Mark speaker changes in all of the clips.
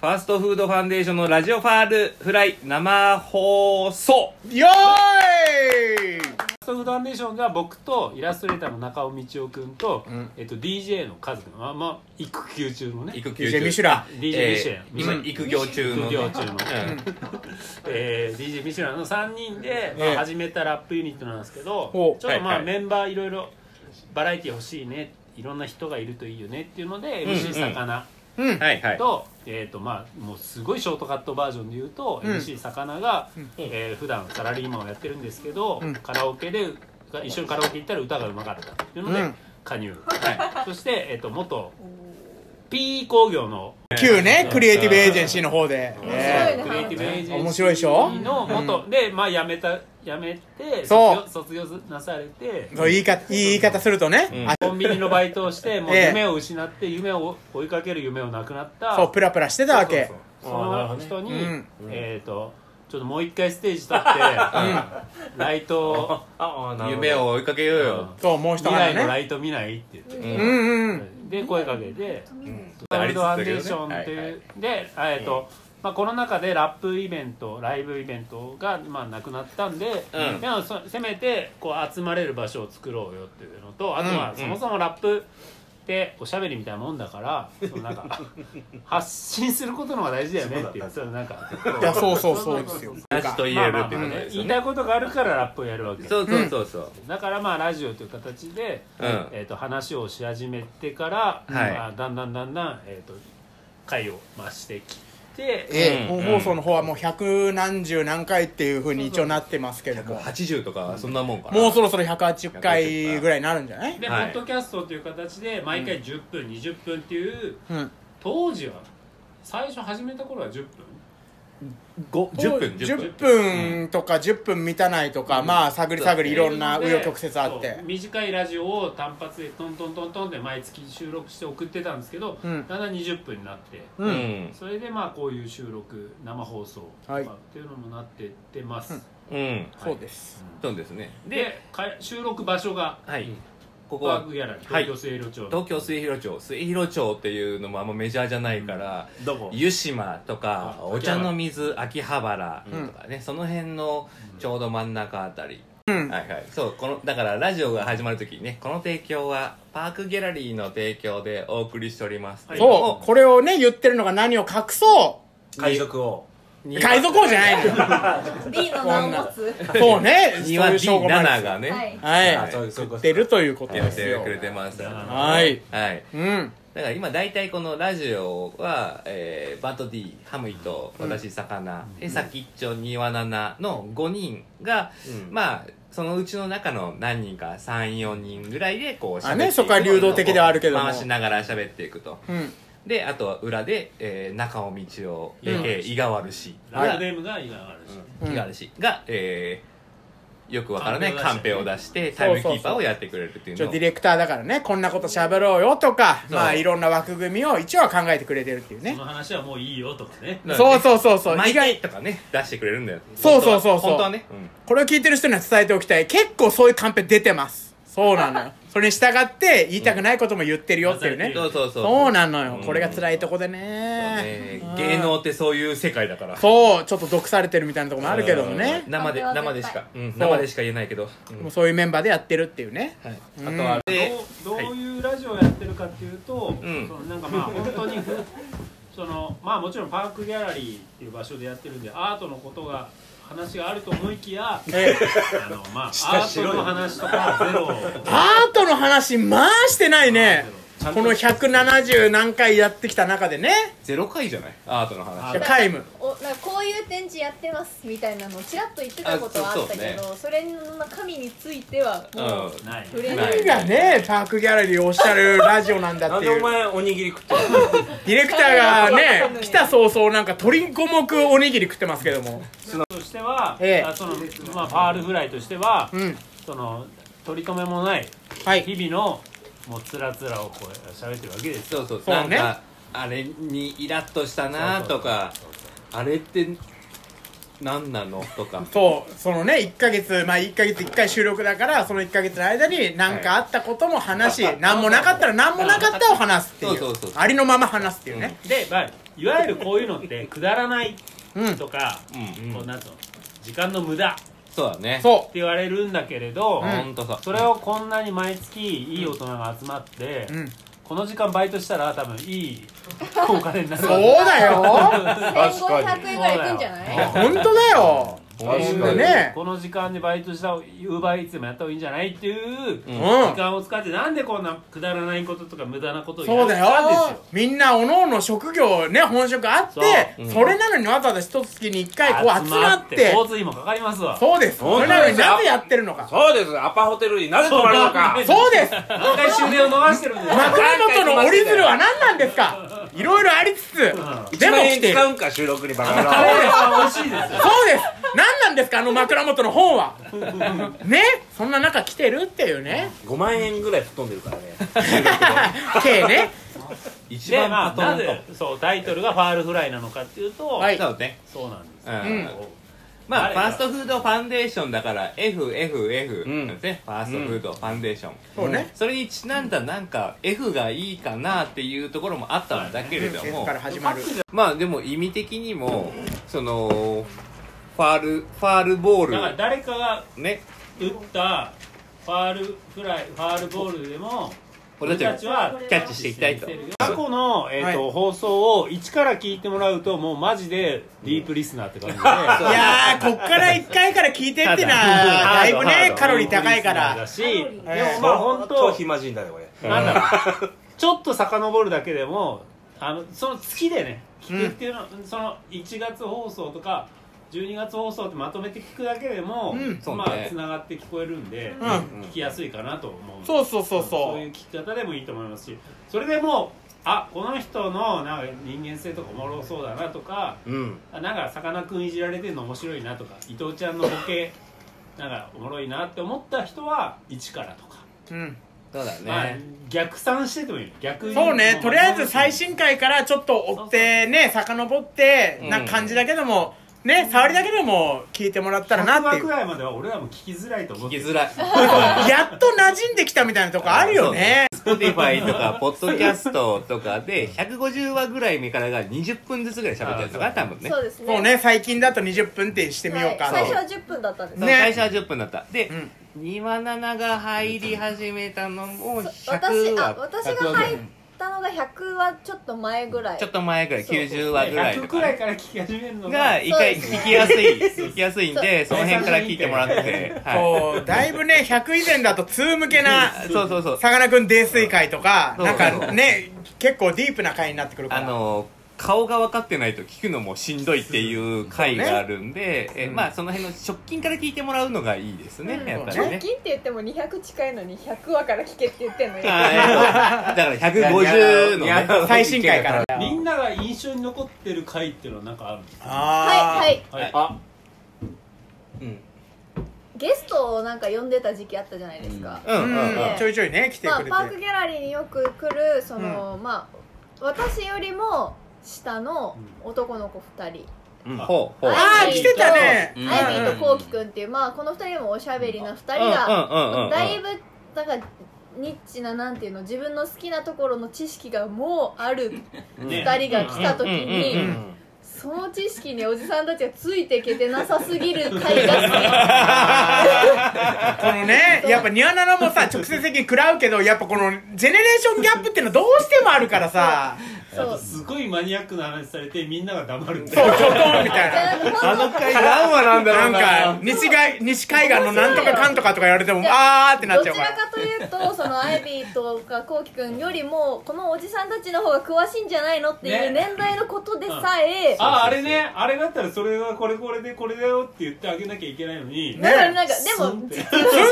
Speaker 1: ファーストフードファンデーションのラジオファールフライ生放送
Speaker 2: よーい
Speaker 3: ファストフードファンデーションが僕とイラストレーターの中尾道夫君と、
Speaker 2: ん
Speaker 3: えっと、DJ のカズ君、まあまあ、育休中のね
Speaker 1: 育休
Speaker 2: DJ
Speaker 1: 中
Speaker 2: ミシュラ
Speaker 3: DJ ミシュラ ン
Speaker 1: えー今育業中の
Speaker 3: 育 業中の
Speaker 1: うん
Speaker 3: えー、DJ ミシュランの3人で、
Speaker 2: ええ
Speaker 3: まあ、始めたラップユニットなんですけど、
Speaker 2: ほう
Speaker 3: ちょっとま
Speaker 1: は
Speaker 3: あ、
Speaker 1: いはい
Speaker 3: メンバーいろいろバラエティ欲しいねいろんな人がいるといいよねっていうので、
Speaker 1: うんうん
Speaker 3: MC 魚
Speaker 2: うん
Speaker 1: はいはい
Speaker 3: と,、えーとまあ、もうすごいショートカットバージョンで言うと、
Speaker 2: うん
Speaker 3: MC 魚が、えー普段サラリーマンをやってるんですけど、
Speaker 2: うん
Speaker 3: カラオケで一緒にカラオケ行ったら歌がうまかったっていうので、
Speaker 2: うん
Speaker 3: 加入、そして、えー、と元 P 工業の
Speaker 2: 旧ねクリエイティブエージェンシーの方で
Speaker 3: クリ
Speaker 2: え
Speaker 3: エイティブエージェンシー
Speaker 2: 面白いでしょ
Speaker 3: の元で、まあ辞めた辞めて
Speaker 2: そう
Speaker 3: 卒業卒業なされて
Speaker 2: えそう言い方いい言い方するとね
Speaker 1: うん
Speaker 2: あ
Speaker 3: コンビニのバイトをしてもう
Speaker 2: ええ
Speaker 3: 夢を失って夢を追いかける夢をなくなった
Speaker 2: そうプラプラしてたわけ
Speaker 3: そうそう
Speaker 4: あーなるほ
Speaker 3: そう
Speaker 4: どね
Speaker 3: その人に、
Speaker 2: うん
Speaker 3: えっ、とちょっともう一回ステージ立 って、ライトを
Speaker 4: ああなるほど
Speaker 1: 夢を追いかけようよ
Speaker 2: そうもう一
Speaker 3: 未
Speaker 2: 花
Speaker 3: 来のラ
Speaker 2: ね
Speaker 3: イト見ないって言って、
Speaker 1: う
Speaker 2: うんんうん
Speaker 3: で声かけて「
Speaker 1: あ
Speaker 3: ワー
Speaker 1: り
Speaker 3: ル
Speaker 1: つ
Speaker 3: ド
Speaker 1: つ
Speaker 3: フ
Speaker 1: だ
Speaker 3: ァン
Speaker 1: け
Speaker 3: デ
Speaker 1: どね
Speaker 3: ーション」と
Speaker 1: はいは
Speaker 3: いう
Speaker 1: い
Speaker 3: でえっとまあ、この中でラップイベントライブイベントが、まあ、なくなったんで、
Speaker 1: うん
Speaker 3: でもそせめてこう集まれる場所を作ろうよっていうのとあと
Speaker 1: うんう
Speaker 3: は
Speaker 1: ん
Speaker 3: そもそもラップっておしゃべりみたいなもんだから、そのなん か発信することの方が大事だよねっていうそのなんか
Speaker 2: いやそうそうそうですよ
Speaker 1: なしと言
Speaker 3: ま
Speaker 1: え
Speaker 3: あ
Speaker 1: る
Speaker 3: まあ
Speaker 1: って
Speaker 3: ま
Speaker 1: こ
Speaker 3: あ
Speaker 1: と
Speaker 3: ね
Speaker 1: ですよ
Speaker 3: 言い
Speaker 1: ね
Speaker 3: たいことがあるからラップをやるわけ
Speaker 1: そうそうそうそう
Speaker 3: だからまあラジオという形で、
Speaker 1: うん
Speaker 3: えー、と話をし始めてから、
Speaker 1: はい
Speaker 3: まあ、だんだんだんだん、えー、と回を増してきて、
Speaker 2: ええ
Speaker 1: うん
Speaker 2: 本放送の方はもう百何十何回っていうふうに一応なってますけども
Speaker 1: 80とかそんなもんかな
Speaker 2: もうそろそろ180回ぐらいになるんじゃない
Speaker 3: で、
Speaker 1: はい
Speaker 3: ポッドキャストという形で毎回10分、20分っていう
Speaker 2: うん
Speaker 3: 当時は最初始めた頃は10分
Speaker 1: ご10分10分
Speaker 2: 10分とか10分満たないとか、まあ探り探りいろんな紆余曲折あっ
Speaker 3: そ
Speaker 2: て
Speaker 3: う短いラジオを単発でトントントントンで毎月収録して送ってたんですけど、
Speaker 2: うん
Speaker 3: だんだん20分になって。
Speaker 2: うん
Speaker 1: うん
Speaker 3: それでまあこういう収録生放送とか
Speaker 2: はい
Speaker 3: っていうのもなってってます、
Speaker 1: うん
Speaker 2: そうです
Speaker 1: そうですね
Speaker 3: でか収録場所が
Speaker 1: はいここ
Speaker 3: バ
Speaker 1: は
Speaker 3: ーグギャラリー
Speaker 1: はい
Speaker 3: 東京末広町、
Speaker 1: 東京末広町末広町っていうのもあんまメジャーじゃないから
Speaker 4: どこ
Speaker 1: 湯島とか
Speaker 3: あ
Speaker 1: お茶の水秋葉原とかね、その辺のちょうど真ん中あたり、
Speaker 2: うん
Speaker 1: はいはいそうこのだからラジオが始まる時にねこの提供はパークギャラリーの提供でお送りしております、
Speaker 3: はい
Speaker 2: そうこれをね言ってるのが何を隠そ
Speaker 4: 海賊王
Speaker 2: う海賊王じゃないのよ
Speaker 5: D の名を持つ。
Speaker 2: そうねそう
Speaker 1: 庭
Speaker 2: いう証拠もあ
Speaker 1: D7
Speaker 2: る
Speaker 1: がね、
Speaker 5: はい。
Speaker 2: はい
Speaker 4: あそういうそういう
Speaker 2: 言
Speaker 4: こと
Speaker 2: ってるということ
Speaker 1: や
Speaker 2: で
Speaker 1: っ
Speaker 2: す
Speaker 1: て
Speaker 2: よ
Speaker 1: くれてますは
Speaker 2: はい
Speaker 1: い
Speaker 2: うん
Speaker 1: だから今大体このラジオは、えーバント D ハムイと私魚、でさきっちょにわななの5人が、
Speaker 4: うん
Speaker 1: まあそのうちの中の何人か34人ぐらいでこう
Speaker 2: あねそこは流動的ではあるけども
Speaker 1: 回しながら喋っていくと
Speaker 2: うん
Speaker 1: であとは裏で、えー中尾道夫
Speaker 3: うん
Speaker 1: AK 井川るし
Speaker 3: ラジオネームが今あるし、
Speaker 2: うん
Speaker 1: 井川るしが、えーよくわからないカ
Speaker 3: カ
Speaker 1: ン
Speaker 3: ン
Speaker 1: ペ
Speaker 3: ペ
Speaker 1: を
Speaker 3: を
Speaker 1: 出
Speaker 3: 出
Speaker 1: して
Speaker 2: そ
Speaker 1: タ
Speaker 2: う
Speaker 1: イ
Speaker 2: そ
Speaker 1: ム
Speaker 2: うそう
Speaker 1: キーパーをやってくれるっていう
Speaker 2: ち
Speaker 1: の
Speaker 2: ょ
Speaker 1: を
Speaker 2: ディレクターだからねこんなこと喋ろうよとか
Speaker 1: そう
Speaker 2: まあいろんな枠組みを一応は考えてくれてるっていう
Speaker 3: そ
Speaker 2: ね
Speaker 3: の話はもういいよとかね
Speaker 1: だから
Speaker 2: そ
Speaker 1: ね
Speaker 2: うそうそうそう
Speaker 1: 毎
Speaker 2: 意外
Speaker 1: 回とかね出してくれるんだよ
Speaker 2: そうそうそうそう
Speaker 1: 本当はね、うん
Speaker 2: これを聞いてる人には伝えておきたい結構そういうカンペ出てますそうなの よそれに従って言いたくないことも言ってるよっていうね、
Speaker 1: そうそうそう
Speaker 2: そうなのよ、
Speaker 1: うん
Speaker 2: これが辛いとこで
Speaker 1: そう
Speaker 2: ね
Speaker 1: ね芸能ってそういう世界だから
Speaker 2: そうちょっと毒されてるみたいなとこもあるけどもね
Speaker 1: うん生で
Speaker 5: 本当
Speaker 1: 生
Speaker 5: は
Speaker 1: で
Speaker 5: 絶
Speaker 1: し
Speaker 5: 対
Speaker 1: か、うん生でしか言えないけど、うん
Speaker 2: もうそういうメンバーでやってるっていうね
Speaker 1: はい
Speaker 2: うん
Speaker 1: あとは
Speaker 3: ど
Speaker 1: で
Speaker 3: うどういうラジオをやってるかっていうと、
Speaker 1: うん
Speaker 3: そのなんかまあ本当にふそのまあもちろんパークギャラリーっていう場所でやってるんでアートのことが話があると思いきや、
Speaker 2: え
Speaker 3: あのまあアートの話とかゼロ
Speaker 2: アートの話まあしてないねこの170何回やってきた中でね
Speaker 1: ゼロ回じゃないアートの話
Speaker 2: いや皆無
Speaker 5: おなんかこういう展示やってますみたいなのをちらっと言ってたことはあったけ
Speaker 1: あそう
Speaker 5: ど、それの中身についてはもう、
Speaker 3: ない
Speaker 5: 触れ
Speaker 1: な
Speaker 5: ないい
Speaker 2: 何がねパークギャラリーをおっしゃるラジオなんだ
Speaker 4: な
Speaker 2: っ
Speaker 4: ん
Speaker 2: て
Speaker 4: で
Speaker 2: い
Speaker 4: お
Speaker 2: う
Speaker 4: 前おにぎり食ってる
Speaker 2: ディレクターがね来た早々なんか鶏五目おにぎり食ってますけども
Speaker 3: としては、
Speaker 2: ええ
Speaker 3: あそのまあパールフライとしては、
Speaker 2: うん
Speaker 3: その取り留めもない
Speaker 2: はい
Speaker 3: 日々のもうつらつらをこう喋ってるわけですよ
Speaker 1: そうそう
Speaker 2: そう
Speaker 1: なん
Speaker 2: ね
Speaker 1: かあれにイラッとしたなとか
Speaker 3: そうそう
Speaker 1: あれって何なのとか
Speaker 2: そうそのね1ヶ月まあ1ヶ月1回収録だからその1ヶ月の間に何かあったことも話し、何もなかったら何もなかったを話すっていう
Speaker 1: そうそうそう
Speaker 2: ありのまま話すっていうね、
Speaker 3: で、まあ、いわゆるこういうのって くだらない
Speaker 2: うん
Speaker 3: とか、
Speaker 1: うんうん
Speaker 3: こうなんつうの時間の無駄って
Speaker 1: そうだね
Speaker 2: そ
Speaker 3: 言われるんだけれど、
Speaker 1: うほんとそう
Speaker 3: それをこんなに毎月いい大人が集まって、
Speaker 2: う、うん、
Speaker 3: この時間バイトしたら多分いいお金になる
Speaker 2: そうだよ
Speaker 5: 千五百円ぐらいいくんじゃない
Speaker 2: 本当だよ
Speaker 4: 確
Speaker 2: かにね
Speaker 3: この時間でバイトしたユーバーイーツでもやった方がいいんじゃないっていう
Speaker 1: う
Speaker 2: うんん
Speaker 3: 時間を使ってなんでこんなくだらないこととか無駄なことを
Speaker 2: そ
Speaker 3: や
Speaker 2: う
Speaker 3: っ
Speaker 2: だ
Speaker 3: たんです
Speaker 2: よ
Speaker 3: よ
Speaker 2: みんなおのおの職業ね本職あって
Speaker 3: そ
Speaker 2: そ,、
Speaker 1: ううん
Speaker 2: れなのにわざわざ一月に1回こう集まって
Speaker 3: 交通費もかかりますわ
Speaker 2: そうですそ
Speaker 4: 本当
Speaker 2: れ
Speaker 4: です
Speaker 2: なのになぜやってるのか
Speaker 4: そうですアパホテルになぜ泊まるのか
Speaker 3: そう
Speaker 2: そうです
Speaker 3: 何回終電を逃してるんですよ
Speaker 2: 枕元の折り鶴は何なんですかいろいろありつつで
Speaker 4: 1
Speaker 2: も
Speaker 4: 万
Speaker 2: 来
Speaker 4: 円
Speaker 2: ている
Speaker 4: 使うんか収録にバカ野
Speaker 3: あ
Speaker 4: 郎
Speaker 3: れは美味しいですよ
Speaker 2: そうです何なんですかあの枕元の本はねそんな中来てるっていうね
Speaker 4: 5万円ぐらい吹っ飛んでるからね
Speaker 2: K ね
Speaker 1: 一
Speaker 3: で
Speaker 1: 番
Speaker 3: まあ
Speaker 1: パト
Speaker 3: な
Speaker 1: ン
Speaker 3: ぜそうタイトルが「ファールフライ」なのかっていうと、
Speaker 2: はい
Speaker 1: とそうね
Speaker 3: そうなんです
Speaker 1: う
Speaker 3: よ、
Speaker 1: ん
Speaker 2: う
Speaker 1: まあ
Speaker 3: 誰
Speaker 1: ファ
Speaker 3: が
Speaker 1: ーストフードファンデーションだから FFF
Speaker 4: うん
Speaker 1: なんですねファーストフードファンデーション
Speaker 2: そうね
Speaker 1: それにちなんだなんか F がいいかなっていうところもあったんだけれど
Speaker 2: F
Speaker 1: も
Speaker 2: から始まる
Speaker 1: まあでも意味的にもそのファールファールボ
Speaker 3: だから
Speaker 1: ー
Speaker 3: 誰かが
Speaker 1: ルね
Speaker 3: 打ったファールフライファールボールでも
Speaker 1: 俺たち
Speaker 3: ち
Speaker 1: は
Speaker 3: は
Speaker 1: キャッチしていきたいと
Speaker 3: 過去の、えーと放送を一から聞いてもらうともうマジでディープリスナーって感じで、
Speaker 2: いやーこっから1回から聞いてってのはだいぶねカロリー高いか
Speaker 3: だ
Speaker 2: ら
Speaker 3: し
Speaker 5: カロ
Speaker 3: で
Speaker 5: リ
Speaker 3: も
Speaker 5: ー
Speaker 2: えー
Speaker 3: まあ本当
Speaker 4: 暇人だねこれ
Speaker 3: なんだろうちょっと遡るだけでもあのその月でね聞くっていうの、その1月放送とか12月放送ってまとめて聞くだけでも、
Speaker 2: うん
Speaker 1: そうね
Speaker 3: まあつながって聞こえるんで、
Speaker 2: うん
Speaker 3: 聞きやすいかなと思う
Speaker 2: そうそうそうそ
Speaker 3: いう
Speaker 2: う
Speaker 3: 聞き方でもいいと思いますしそれでもうあこの人のなんか人間性とかおもろそうだなとか
Speaker 4: うん
Speaker 3: あなんかさかなクンいじられてるの面白いなとか伊藤ちゃんのボケなんかおもろいなって思った人は一からとか、
Speaker 2: うん
Speaker 1: そうだ
Speaker 3: まあ
Speaker 1: ね、
Speaker 3: 逆算しててもいいよ逆に
Speaker 2: そうね
Speaker 3: も
Speaker 2: とりあえず最新回からちょっと追ってね遡って
Speaker 1: うん
Speaker 2: な感じだけどもね触りだけでも聞いてもらったらなって
Speaker 3: 100話
Speaker 2: い
Speaker 3: く
Speaker 2: う
Speaker 3: らいまでは俺らも聞きづらいと
Speaker 1: 聞
Speaker 3: 思っ
Speaker 1: き
Speaker 3: て
Speaker 1: づらい
Speaker 2: やっと馴染んできたみたいなとこあるよね
Speaker 1: Spotify とか Podcast とかで150話ぐらい目からが20分ずつぐらい喋ってるのかな多分ね
Speaker 5: そうですね
Speaker 2: そうね最近だと20分ってしてみようか
Speaker 5: はい最初は十分だったんです
Speaker 1: そう
Speaker 2: ね
Speaker 1: 最初は10分だったで
Speaker 2: うん
Speaker 1: 277が入り始めたのも
Speaker 5: そ私
Speaker 1: 100
Speaker 5: あ
Speaker 1: 話
Speaker 5: 私が入ったのが100はちょっと前ぐらい
Speaker 1: ちょっと前ぐらい
Speaker 5: そう
Speaker 1: 90話ぐらい
Speaker 3: 100
Speaker 1: と
Speaker 3: く
Speaker 1: からね
Speaker 3: いから聞き始めるのが
Speaker 1: が一回
Speaker 5: そうですね
Speaker 1: 聞きやすい聞きやすいんでそ
Speaker 3: そう
Speaker 1: の辺から聞いてもらってはい
Speaker 2: そうだいぶね100以前だと2向けな
Speaker 1: そうそうそう
Speaker 2: さかなクン泥酔会とか
Speaker 1: そう
Speaker 2: なんかね結構ディープな会になってくるか
Speaker 1: あ
Speaker 2: ら
Speaker 1: の顔が分かってないと聞くのもしんどいっていう回があるんで、えまあその辺の直近から聞いてもらうのがいいですね、
Speaker 5: うん
Speaker 1: やっぱり
Speaker 2: そう
Speaker 5: 直
Speaker 1: ね。
Speaker 5: 近って言っても200近いのに100話から聞けって言ってんのよ
Speaker 1: あーえっとだから150のね
Speaker 2: 最新回からだよ
Speaker 3: みんなが印象に残ってる回っていうのはなんかあるんですか
Speaker 2: あー
Speaker 5: はいはい
Speaker 3: はい
Speaker 4: あ
Speaker 1: うん
Speaker 5: ゲストをなんか呼んでた時期あったじゃないですか、
Speaker 1: うんうんうん
Speaker 2: うんちょいちょいね来て
Speaker 5: ま
Speaker 2: く
Speaker 5: あ、
Speaker 2: れて
Speaker 5: パークギャラリーによく来るその、まあ私よりも下の男の子2人、
Speaker 1: うんほうほう
Speaker 2: あー来てたね
Speaker 1: うん
Speaker 5: アイビーとこうきくんっていう、まあ、この2人でもおしゃべりな2人が、
Speaker 1: うんうんうんうん
Speaker 5: だいぶなんかニッチななんていうの自分の好きなところの知識がもうある2人が来た時に、
Speaker 1: うんうんうん
Speaker 4: うん
Speaker 5: その知識におじさんたちがついていけてなさすぎる回が好
Speaker 2: このねやっぱニワナナもさ直接的に食らうけどやっぱこのジェネレーションギャップっていうのはどうしてもあるからさ
Speaker 5: きそう
Speaker 3: すごいマニアックな話されてみんなが黙るんだ
Speaker 2: そう
Speaker 3: よ
Speaker 2: ちょとんみたいな。
Speaker 1: あの回何話なんだろ
Speaker 2: な
Speaker 1: うんな
Speaker 2: か西が西海岸のなんとかかんとかとか言われても
Speaker 5: いや
Speaker 2: あーってなっちゃう
Speaker 5: ど
Speaker 2: か
Speaker 5: ちら
Speaker 2: ら
Speaker 5: かというとそのアイビーとかこうきくんよりもこのおじさんたちの方が詳しいんじゃないのっていう
Speaker 3: ね
Speaker 5: 年代のことでさえ、
Speaker 3: あああれねあれだったらそれはこれこれでこれだよって言ってあげなきゃいけないのに
Speaker 2: ね
Speaker 5: だからなん
Speaker 2: ね
Speaker 5: か、でも
Speaker 2: ツ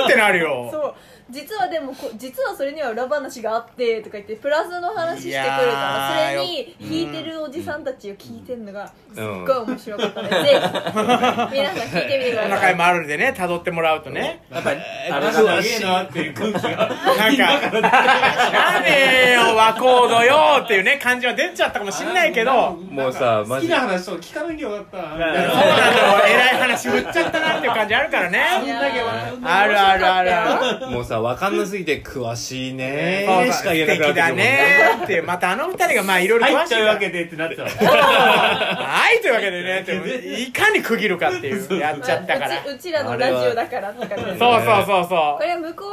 Speaker 2: ンってなるよ
Speaker 5: そう実はでもこ実はそれには裏話があってとか言ってプラスの話してくるから
Speaker 2: い
Speaker 5: そ
Speaker 2: や
Speaker 5: れ
Speaker 2: ー
Speaker 5: に聞いてるおじさんたちを聞いてるのがすっ
Speaker 1: うん
Speaker 5: ごい面白かっ たので、ぜひ皆さん聞いてみてく
Speaker 2: お
Speaker 5: だ
Speaker 2: 腹
Speaker 5: さい
Speaker 2: 回るでね辿ってもらうとね
Speaker 3: やっぱりあれが長えなっていう空気が
Speaker 2: なんか「やめよ和コードよ」っていうね感じは出ちゃったかもしんないけど
Speaker 1: もうさ
Speaker 3: 好
Speaker 1: マ
Speaker 3: き
Speaker 1: ジ
Speaker 3: な話とか聞かなきゃよかったなみたい
Speaker 2: そう
Speaker 3: な
Speaker 2: なの偉い話振っちゃったなっていう感じあるから
Speaker 3: あん
Speaker 2: ね
Speaker 3: だけ笑うんだ
Speaker 2: あるあるあるある
Speaker 1: もうさわかんなすぎて詳しいね
Speaker 2: そう
Speaker 1: ー
Speaker 2: そ
Speaker 1: し
Speaker 2: う素
Speaker 1: か言えなくなって
Speaker 2: 敵
Speaker 1: く
Speaker 2: だ
Speaker 1: るもん
Speaker 2: ねーってまたあの二人がまあいろいろ
Speaker 3: 入
Speaker 2: 詳
Speaker 3: っ
Speaker 2: し
Speaker 3: ち
Speaker 2: い
Speaker 3: ゃう
Speaker 2: か
Speaker 3: わ
Speaker 2: ら
Speaker 3: けでってなってた わ
Speaker 2: はいというわけでねでもいかに区切るかっていうやっちゃったからそう
Speaker 5: うちうちらのラジオだからって感じです
Speaker 1: あれは
Speaker 2: そうそう
Speaker 5: こ
Speaker 2: そう
Speaker 5: れは向こ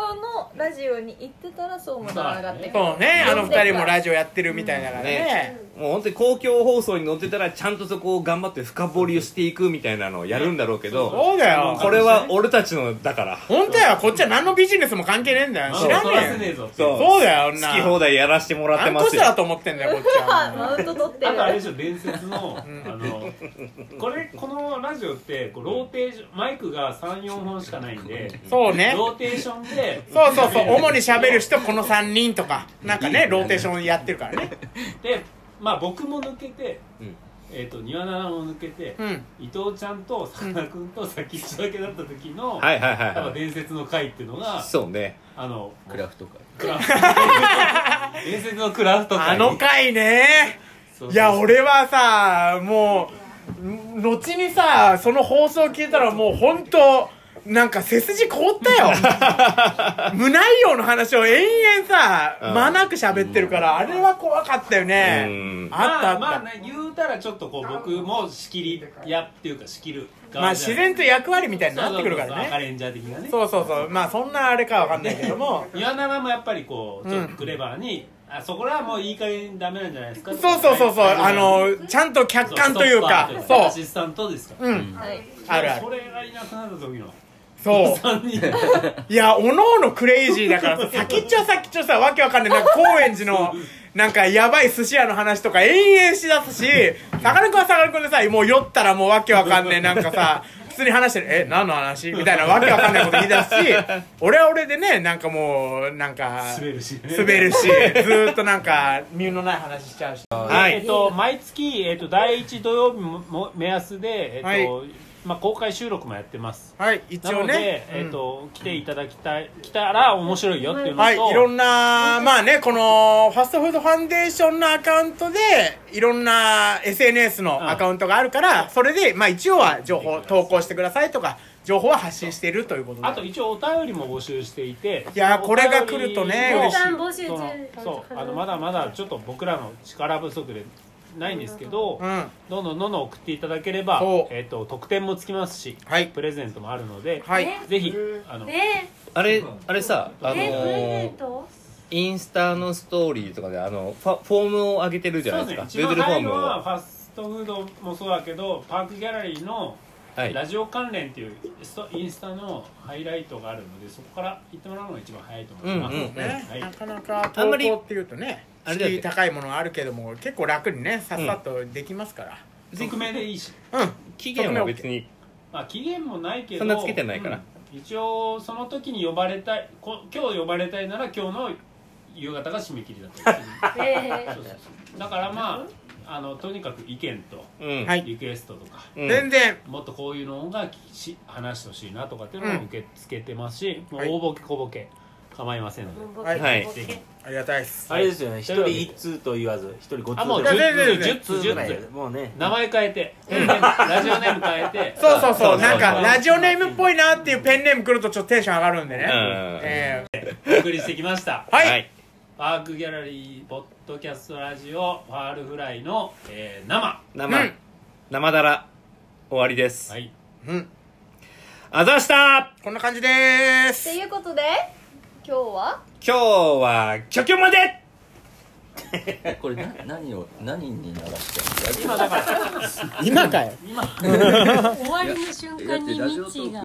Speaker 5: うのラジオに行ってたらそうもならなかったけど
Speaker 2: そうねあの二人もラジオやってるみたいだからね
Speaker 1: もう本当に公共放送に載ってたらちゃんとそこを頑張って深掘りをしていくみたいなのをやるんだろうけど
Speaker 2: そうだよ
Speaker 1: これは俺たちのだから
Speaker 2: 本当はこっちは何のビジネスも関係ねえんだ よ知ら
Speaker 3: 取らせ
Speaker 2: ねえ
Speaker 3: ね
Speaker 2: よ
Speaker 3: えぞって
Speaker 1: そう
Speaker 2: そうだよ
Speaker 1: 好
Speaker 2: 女
Speaker 1: き放題やらせてもらって
Speaker 2: 何
Speaker 1: ま
Speaker 2: 個
Speaker 1: す
Speaker 2: し
Speaker 1: よ
Speaker 2: たらと思ってんだよこっち
Speaker 5: は
Speaker 2: は
Speaker 5: マウント取って
Speaker 3: あ
Speaker 5: る
Speaker 3: とあれでしょ伝説のあのこれこのラジオってこうローテーションマイクが34本しかないんで
Speaker 2: そうね
Speaker 3: ローテーションで
Speaker 2: そうそうそう主に喋る人この3人とかなんかねローテーションやってるからね
Speaker 3: でまあ僕も抜けて、
Speaker 1: うん
Speaker 3: えっ、と庭菜々も抜けて、
Speaker 2: うん
Speaker 3: 伊藤ちゃんとさかなクンと先っちょだけだった時の、
Speaker 1: はいはいは
Speaker 3: やっ
Speaker 1: い
Speaker 3: ぱ
Speaker 1: は
Speaker 3: 伝説の回っていうのが
Speaker 1: いそうね
Speaker 3: あの
Speaker 6: クラフトか
Speaker 3: クラフト伝説のクラフト会
Speaker 2: あの回ね
Speaker 3: そうそう
Speaker 2: いや俺はさもうん後にさその放送聞いたらもう本当なんか背筋凍ったよ 無内容の話を延々さ
Speaker 1: うん
Speaker 2: 間なく喋ってるからあれは怖かったよ
Speaker 1: うん
Speaker 2: ねあったあった、
Speaker 3: まあ、まあね、言うたらちょっとこう僕も仕切りやっていうか仕切る
Speaker 2: まあ
Speaker 3: 側じゃ
Speaker 2: 自
Speaker 3: ない
Speaker 2: 然と役割みたいになってくるか
Speaker 3: そうそうそう
Speaker 2: ら
Speaker 3: 赤
Speaker 2: ね
Speaker 3: レンジャー的なね
Speaker 2: そうそうそうまあそんなあれかわかんないけども
Speaker 3: 岩永もやっぱりこうちょっとクレバーに、あそこらはもういい加減ダメなんじゃないですか
Speaker 2: そうそうそうそうあのちゃんと客観というか
Speaker 3: ストッパーというか
Speaker 2: そ
Speaker 3: アシスタントですから
Speaker 2: ううん
Speaker 5: はい
Speaker 2: あるある
Speaker 3: それがいなくなった時の
Speaker 2: そう
Speaker 3: 3人
Speaker 2: いや、おのおのクレイジーだからさ、先っちょは先っちょさ、わけわかんない。なんか高円寺の、なんかやばい寿司屋の話とか延々しだすし、さかなクンはさかなクンでさ、もう酔ったらもうわけわかんねえ、なんかさ、普通に話してる、え、何の話みたいなわけわかんないこと言い出すし、俺は俺でね、なんかもう、なんか、
Speaker 3: 滑るしね
Speaker 2: 滑るし、ずーっとなんか、身のない話しちゃうし。は
Speaker 3: えっ
Speaker 2: い。
Speaker 3: と毎月、えっと第1土曜日もも目安で、えっと
Speaker 2: は
Speaker 3: まあ、公開収録もやってます
Speaker 2: はい、一
Speaker 3: なの
Speaker 2: 応
Speaker 3: で、
Speaker 2: ね。
Speaker 3: えっと来ていただきたい来たら面白いよっていうのと、
Speaker 2: はい、いろんな、まあね、この、ファストフードファンデーションのアカウントで、いろんな SNS のアカウントがあるから、それで、まあ一応は情報、投稿してくださいとか、情報は発信しているということで。
Speaker 3: あと一応お便りも募集していて
Speaker 2: いやーこれが来るとね
Speaker 3: お便り
Speaker 2: 嬉しい
Speaker 5: 募集
Speaker 3: その
Speaker 5: 中
Speaker 3: そうあのまだまだちょっと僕らの力不足でないんですけど、
Speaker 2: うん。
Speaker 3: どんどんどんどん送っていただければ
Speaker 2: そう、
Speaker 3: えっと特典もつきますし、
Speaker 2: はい
Speaker 3: プレゼントもあるので、
Speaker 2: はい。
Speaker 5: ね
Speaker 3: ぜひあの、
Speaker 5: ね
Speaker 1: あれあれさあの
Speaker 5: えプレゼン
Speaker 1: ー
Speaker 5: ト
Speaker 1: インスタのストーリーとかであのファフォームを上げてるじゃないですか
Speaker 3: そうですね
Speaker 1: ル
Speaker 3: 一番
Speaker 1: フォーム
Speaker 3: 最後
Speaker 1: を
Speaker 3: はファストフードもそうだけどパークギャラリーの
Speaker 1: はい
Speaker 3: ラジオ関連っていうストインスタのハイライトがあるのでそこから行ってもらうのが一番早いと思います、
Speaker 1: うんうんうん
Speaker 2: ね
Speaker 3: はい
Speaker 2: なかなか
Speaker 1: あん
Speaker 2: 投
Speaker 1: まり
Speaker 2: 稿っていうとね、
Speaker 1: あれだよ
Speaker 2: 敷居高いものはあるけども、結構楽にね、さっさとできますから。
Speaker 3: 匿名でいいし、
Speaker 2: うん。
Speaker 1: 期限は別に
Speaker 3: まあ、期限もないけど
Speaker 1: そんなつけてないから
Speaker 3: うん一応その時に呼ばれたいこ今日呼ばれたいなら今日の夕方が締め切りだ ったりする
Speaker 5: え
Speaker 3: そうそうそうだからまああのとにかく意見と
Speaker 1: うん
Speaker 2: はい
Speaker 3: リクエストとか、
Speaker 1: うん
Speaker 2: 全然、
Speaker 3: もっとこういうのがきし話してほしいなとかっていうのも受け付けてますし、もう
Speaker 2: はい
Speaker 3: 大ボケ小ボケ構いませんので、
Speaker 2: はい
Speaker 1: はい
Speaker 3: ぜひ
Speaker 2: ありがたいです。
Speaker 4: あれですよね一
Speaker 3: という
Speaker 4: 人
Speaker 3: わけで
Speaker 4: 一通と言わず一人五通
Speaker 3: あもう
Speaker 4: と言わ
Speaker 2: 全然
Speaker 3: 10
Speaker 2: 全然
Speaker 3: 通
Speaker 4: ず
Speaker 3: 10通
Speaker 4: ない
Speaker 3: 10通
Speaker 4: もうね
Speaker 3: 名前変えて、ラジオネーム変えて
Speaker 2: そうそうそう、なん
Speaker 1: そ
Speaker 2: か、
Speaker 1: う
Speaker 2: ラジオネームっぽいなっていうペンネーム来るとちょっとテンション上がるんでね。
Speaker 1: うん
Speaker 2: えー
Speaker 3: お送りしてきました
Speaker 2: はい。
Speaker 1: はい
Speaker 3: パークギャラリーポッドキャストラジオファールフライの、えー生
Speaker 1: 生
Speaker 2: うん
Speaker 1: 生だら終わりです
Speaker 3: はい
Speaker 2: うん。
Speaker 1: あざした
Speaker 2: こんな感じでーす。
Speaker 5: ということで今日は
Speaker 1: 今日はキョキョまで
Speaker 6: らこれな何を何に流して
Speaker 3: 今だから
Speaker 2: 今かよ。
Speaker 7: 終わりの瞬間にミッチーが